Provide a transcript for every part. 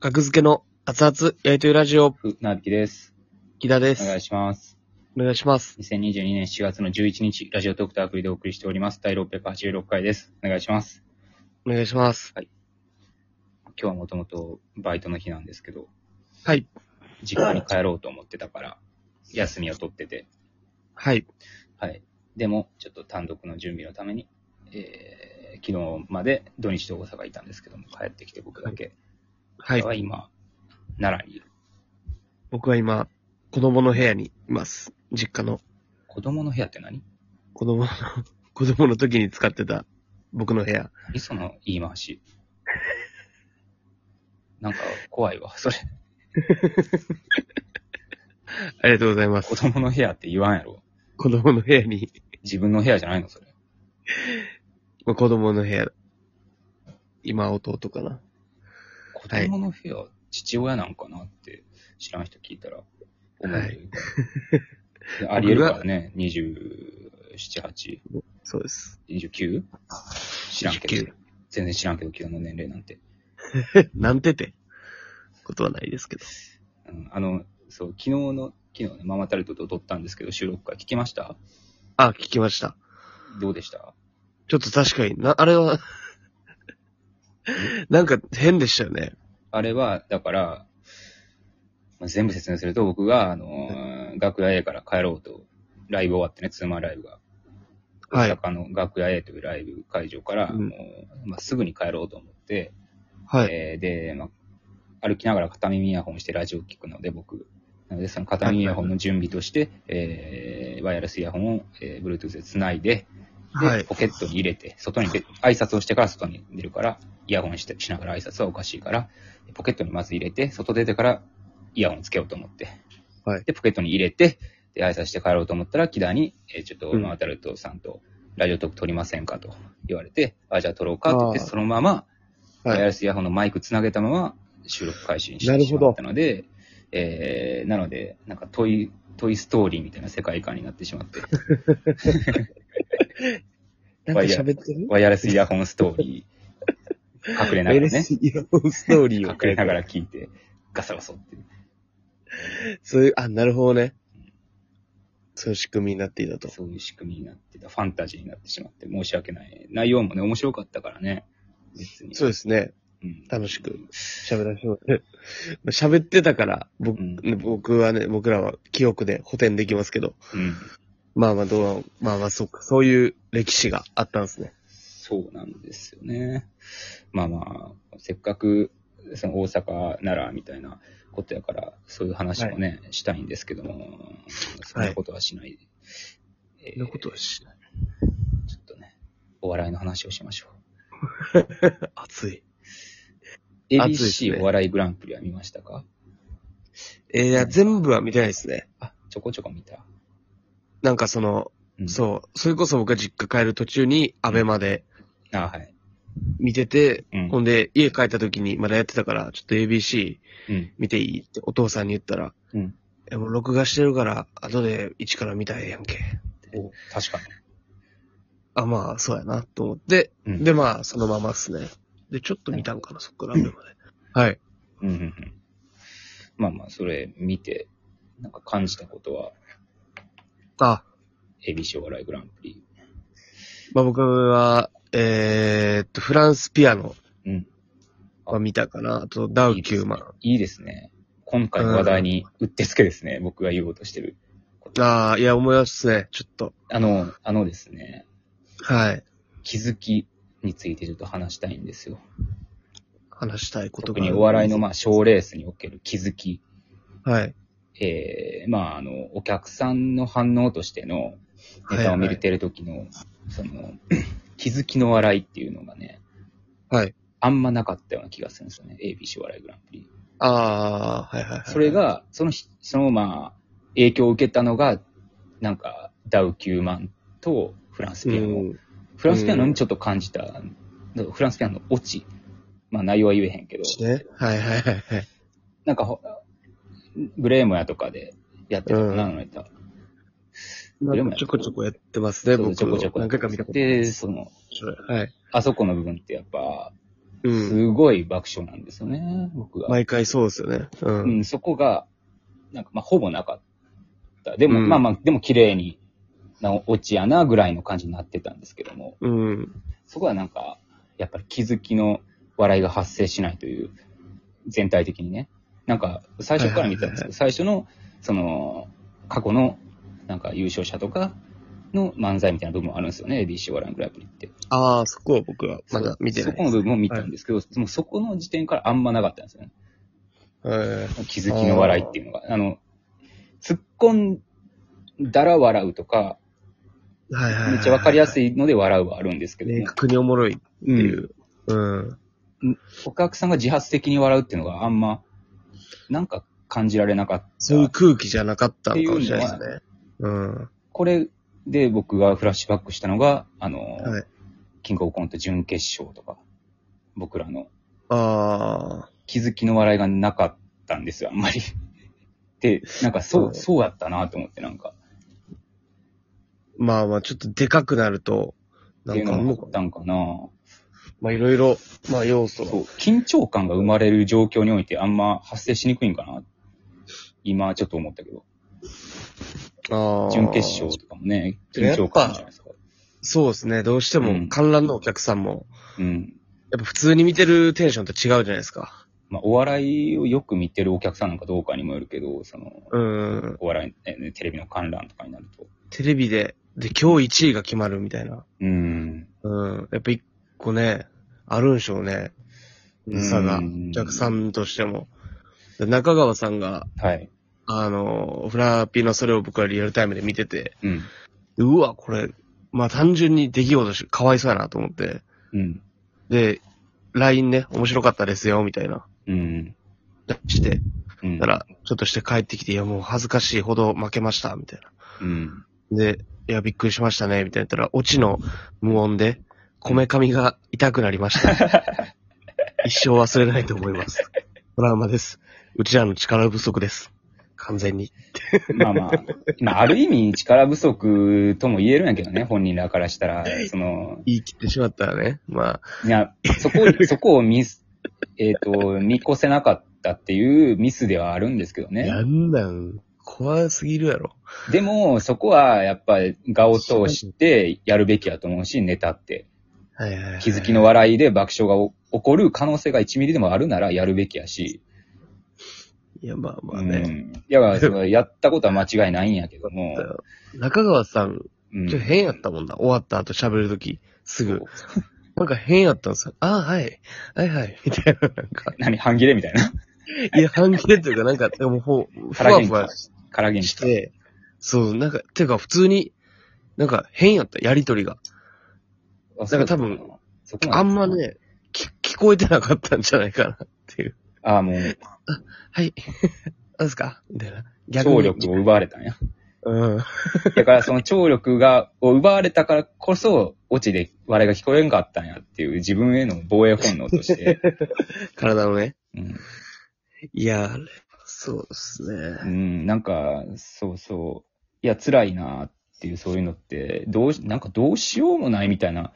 格付けの熱々やりとりラジオ、ふ、なびきです。木田でお願いす。します。お願いします。 2022年4月の11日、ラジオドクターアプリでお送りしております。第686回です。お願いします。お願いします。今日はもともとバイトの日なんですけど、はい。実家に帰ろうと思ってたから、休みを取ってて、はい。はい。でも、ちょっと単独の準備のために、えー、昨日まで土日と大阪いたんですけども、帰ってきて僕だけ。はい。は今、奈良にいる。僕は今、子供の部屋にいます。実家の。子供の部屋って何子供の、 子供の時に使ってた僕の部屋。何その言い回し。なんか怖いわ、それ。ありがとうございま子す。供の部屋って言わんやろ。子供の部屋に、自分の部屋じゃないの、それ。まあ子供の部屋。今、弟かな。子はい供の部屋、父親なんかなって知らん人聞いたら思うというか。で ありえるからね、27、8、そうです。 29? 知らんけ19ど。全然知らんけど、昨日の年齢なんて。なんてて、ことはないですけど。うん、あの、そう、昨日の、昨日ね、ママタルトと撮ったんですけど、収録会聞きましたあ、聞きました。どうでしたちょっと確かにな、あれは、 なんか変でしたよね。あれは、だから、まあ全部説明すると、僕が、あのー楽屋 A から帰ろうと、ライブ終わってね、ツーマンライブが。はい大阪の楽屋 A というライブ会場から、うんもうまあ、すぐに帰ろうと思って、はい。えーで、まあ、歩きながら片耳イヤホンしてラジオを聞くので、僕。なので、その片耳イヤホンの準備として、えーワイヤレスイヤホンを、えー Bluetooth で繋いで、ではいポ。ケットに入れて、外に出、挨拶をしてから外に出るから、イヤホンしてしながら挨拶はおかしいから、ポケットにまず入れて、外出てからイヤホンつけようと思って。はいで、ポケットに入れて、で、挨拶して帰ろうと思ったら、木田に、えーちょっと、うんママタルトさんと、ラジオトーク撮りませんかと言われて、あ、じゃあ撮ろうかって言って、あーそのまま、ワイヤはい。レスイヤホンのマイクつなげたまま収録開始にしなてるしほまどったので、えー、なので、なんかトイ、トイストーリーみたいな世界観になってしまって、なんか喋ってるワイヤレスイヤホンストーリー、隠れなメがレらスね、イヤホンストーリーを。隠れながら聞いて、ガサガサって。そう いう、あ、なるほどね。そういう仕組みになっていたと。そういう仕組みになってた。ファンタジーになってしまって、申し訳ない。内容もね、面白かったからね。別に。そうですね。うん楽しく喋らせてもらって。まあ喋ってたから、僕、うん僕はね、僕らは記憶で補填できますけど。うん。まあまあ、どうまあまあ、そうか。そういう歴史があったんですね。そうなんですよね。まあまあ、せっかく、その大阪、奈良みたいなことやから、そういう話もね、したいんですけども、そんなことはしない。えーはしない。ちょっとね、お笑いの話をしましょ熱い。う。熱いですね ABC お笑いグランプリは見ましたかえーいや、全部は見てないですね。あ、ちょこちょこ見た。なんかその、うんそう、それこそ僕が実家帰る途中に、アベまであ、はい。見てて、うんほんで、家帰った時にまだやってたから、ちょっと ABC うん。見ていいってお父さんに言ったら、うん。え、もう録画してるから、後で一から見たらええやんけ。お確かあ、まあ、そうやな、と思って、に。うん、で、まあ、そのままっすね。で、ちょっと見たんかな、そっから、アベまで。はい。うんうんうん。まあまあ、それ見て、なんか感じたことは、あ、 ABC お笑いグランプリ。まあ僕は、えーっと、フランスピアノうん。は見たかな、あと、ダウキューマン。いいですね。今回の話題にうってつけですね。僕が言おうとしてる。ああ、いや、思いますね、ちょっと。あの、あのですね、はい。気づきについてちょっと話したいんですよ。話したいこと特がある。にお笑いの、まあ、賞レースにおける気づき。はい。えー、まあ、あの、お客さんの反応としてのネタを見れてる時の、その、 気づきの笑いっていうのがね、はい。あんまなかったような気がするんですよね。ABC お笑いグランプリ。ああ、はいはいはい。それ、が、そのひ、その、まあ、影響を受けたのが、なんか、ダウ9万とフランスうピアノ。ん。フランスピアノにちょっと感じた、フランスピアノのオチ。まあ、内容は言えへんけど、ね。はいはいはいはい。なんかほ、グレーモヤとかでやってたかな、あのネタ。なんかちょこちょこやってますね、僕も。ちょこちょこ。何回か見たことありで、ます。その、面白いはい。あそこの部分ってやっぱ、うん。すごい爆笑なんですよね、僕が。毎回そうですよね。う。うんん、そこが、なんか、まあ、ほぼなかった。でも、うんまあまあ、でも綺麗に、な落ちやな、ぐらいの感じになってたんですけども、うん。そこはなんか、やっぱり気づきの笑いが発生しないという、全体的にね。なんか、最初から見てたんですけど、最初の、その、過去の、なんか優勝者とかの漫才みたいな部分もあるんですよね、ABC 笑いグランプリって。ああ、そこを僕はまだ見てそなこい。の部分も見たんですけど、もうそこの時点からあんまなかったんですよね。えー気づきの笑いっていうのが。あの、突っ込んだら笑うとか、はいはいはい。めっちゃわかりやすい。いので笑うはあるんですけども、明確におもろいっていう。うん。お客さんが自発的に笑うっていうのがあんま、なんか感じられなかった。そういう空気じゃなかったのかもしれないですね。うん。これで僕がフラッシュバックしたのが、あの、はい。キングオブコント準決勝とか、僕らのああ。気づきの笑いがなかったんですよ、あんまり。 で、なんかそう、そうやったなと思って、なんか。まあまあ、ちょっとでかくなると、っなていんうかのあんものあかっなたんかなまあいろいろ、まあ要素そうは。緊張感が生まれる状況においてあんま発生しにくいんかな今ちょっと思ったけど。ああ。準決勝。とかもね、緊張感あるじゃないですか。そうですね。どうしてうんも観覧のお客さんも、うん。やっぱ普通に見てるテンションと違うじゃないですか。まあ、お笑いをよく見てるお客さんなんかどうかにもよるけど、その、うん。お笑い、ね、テレビの観覧とかになると。テレビで、で、今日1位が決まるみたいな。うん。うん。やっぱ一個ね、あるんでしょうね。差が、お客さんとしても。で中川さんが、はい。あの、フラピーのそれを僕はリアルタイムで見てて、うん。でうわ、これ、まあ単純に出来事し、かわいそうやなと思って。うん。で、LINE ね、面白かったですよ、みたいな。うん。して、うん。たら、ちょっとして帰ってきて、いや、もう恥ずかしいほど負けました、みたいうん。な。で、いや、びっくりしましたね、みたいな言ったら、オチの無音で、こめかみが痛くなりました。 一生忘れないと思います。トラウマです。うちらの力不足です。完全に。まあまあ、まあ、ある意味力不足とも言えるんやけどね、本人らからしたら、その、言い切ってしまったらね。まあ、いや、そこ、そこをミス、えっ、と、見越せなかったっていうミスではあるんですけどね。なんなん、怖すぎるやろ。でも、そこはやっぱり画を通してやるべきやと思うし、ネタって。はいはい、はい。気づきの笑いで爆笑がお起こる可能性が1ミリでもあるならやるべきやし。いや、まあまあうね。ん。いや、そのやったことは間違いないんやけども。 中川さん、うんちょっと変やったもんな。終わった後喋るとき、すぐ。なんか変やったんですよ。ああ、はい。はいはい。みたいな、なんか。何半切れみたいな。いや、半切れというか、なんか、でもほう、ふ腹わ元ふわ気。から元気し。て、そう、なんか、ていうか普通に、なんか変やった、やりとりが。あだから多分、そこまであんま。ね、き聞こえてなかったんじゃないかなっていう。ああ、もう、はい。何すかみたいな。聴力を奪われたんや。うん。だからその聴力が、を奪われたからこそ、オチで笑いが聞こえんかったんやっていう自分への防衛本能として。体のね。うん、いや、あれそうですねう。ん、なんか、そうそう。いや、辛いなっていう、そういうのって、どうし、なんかどうしようもないみたいな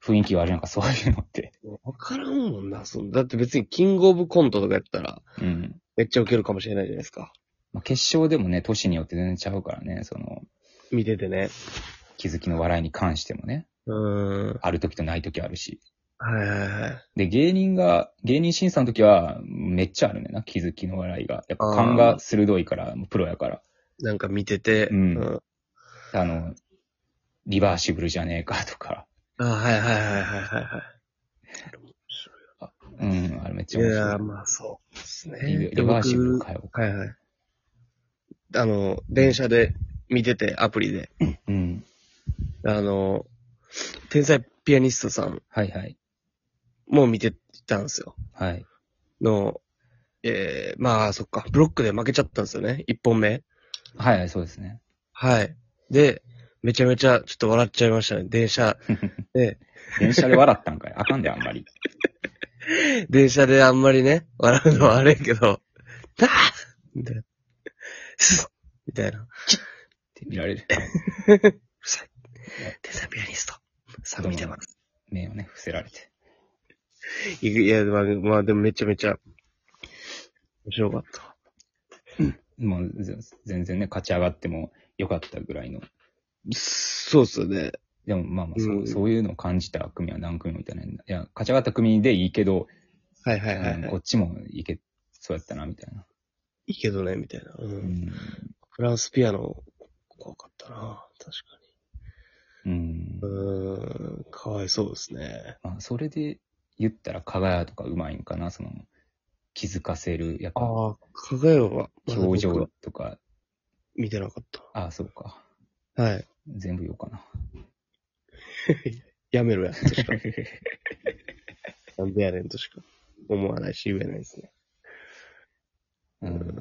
雰囲気があるなんかそういうの って。わからんもんな、そのだって別にキングオブコントとかやったら、うん。めっちゃウケるかもしれないじゃないですか。まあ、決勝でもね、都市によって全然ちゃうからね、その、見ててね。気づきの笑いに関してもね、うーん。ある時とない時あるし。はいはいはい。で、芸人が、芸人審査の時は、めっちゃあるねんな、気づきの笑いが。やっぱ勘が鋭いから、もうプロやから。なんか見てて、うんああの、リバーシブルじゃねえかとか。あ、はいはいはいはいはいはうん、あれめっい。ちいゃ面や白ー、まあそうですい。ねリ。リバーシブル僕かよ。はいはい。あの、電車で見てて、アプリで。うん。あの、天才ピアニストさんはいはい。も見てたんですよ。はい。の、えー、まあそっか、ブロックで負けちゃったんですよね。一本目。はいはい、そうですね。はい。で、めちゃめちゃちょっと笑っちゃいましたね。電車で、電車で笑ったんかい。あかんで、あんまり。電車であんまりね、笑うのはあれやけど、 あーみたいな。 すっみたいな。って見られる。天才ピアニスト。さあ子供見のてます。目をね、伏せられて。いや、まあ、まあ、でもめちゃめちゃ、面白かった。もうぜ全然ね、勝ち上がってもよかったぐらいの。そうっすよね。でもまあまあそう、うんそういうのを感じた組は何組もいたね。いや、勝ち上がった組でいいけど、はいはいはい、うはんいこっちもいけそうやったな、みたいな。いいけどね、みたいな。うんうん。フランスピアノ、怖かったな。確かうんに。うーん、かわいそうですね。まあ、それで言ったら、加賀屋とかうまいんかな、その、気づかせる、やっぱ、ああ、かがやは、ま表だ僕情はとか、見てなかっああ、そうか。た。はい。全部よか な。やめろや、としか。 なんでやねんとしか思わないし、言えないですね。うん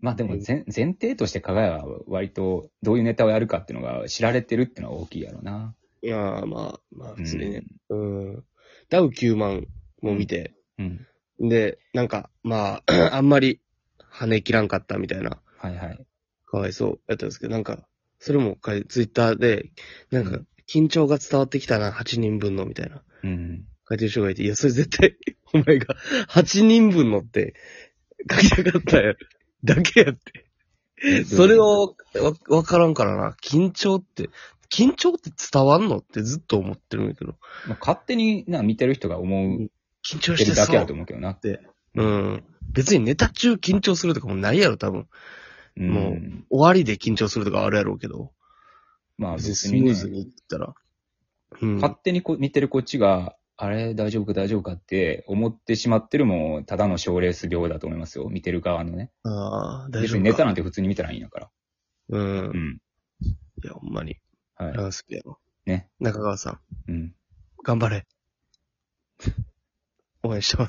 まあでも前、前提として加賀屋は割とどういうネタをやるかっていうのが知られてるっていうのは大きいやろうな。いやーまあ、まあ、うん普通にね。うん。ダウ9万も見て、うん。で、なんか、まあ、あ んまり跳ね切らんかったみたいな、はいはい。かわいそうやったんですけど、なんか、それもかいツイッターで、なんうかん、緊張が伝わってきたな、8人分の、みたいな、うん。書いてる人がいて、いや、それ絶対、 お前が8人分のって書きたかったや、 だけやって。それをわ、わからんからな、緊張って、緊張って伝わんのってずっと思ってるんだけど、まあ、勝手にな、見てる人が思う緊張しててるだそけだうと。思うけどな。うん。別にネタ中緊張するとかもないやろ、多分。うん。もう終わりで緊張するとかあるやろうけど。まあ別スにムねー、ズにいったら。うん。勝手にこう見てるこっちが、あれ大丈夫か大丈夫かって思ってしまってるもうただの賞レース病だと思いますよ。見てる側のね。ああ、大丈別夫か。にネタなんて普通に見たらいいんやから。う。うんん。いや、ほんまに。はいフ。ランスピアノ。ね。中川さん、うん。 頑張れ。応援してます。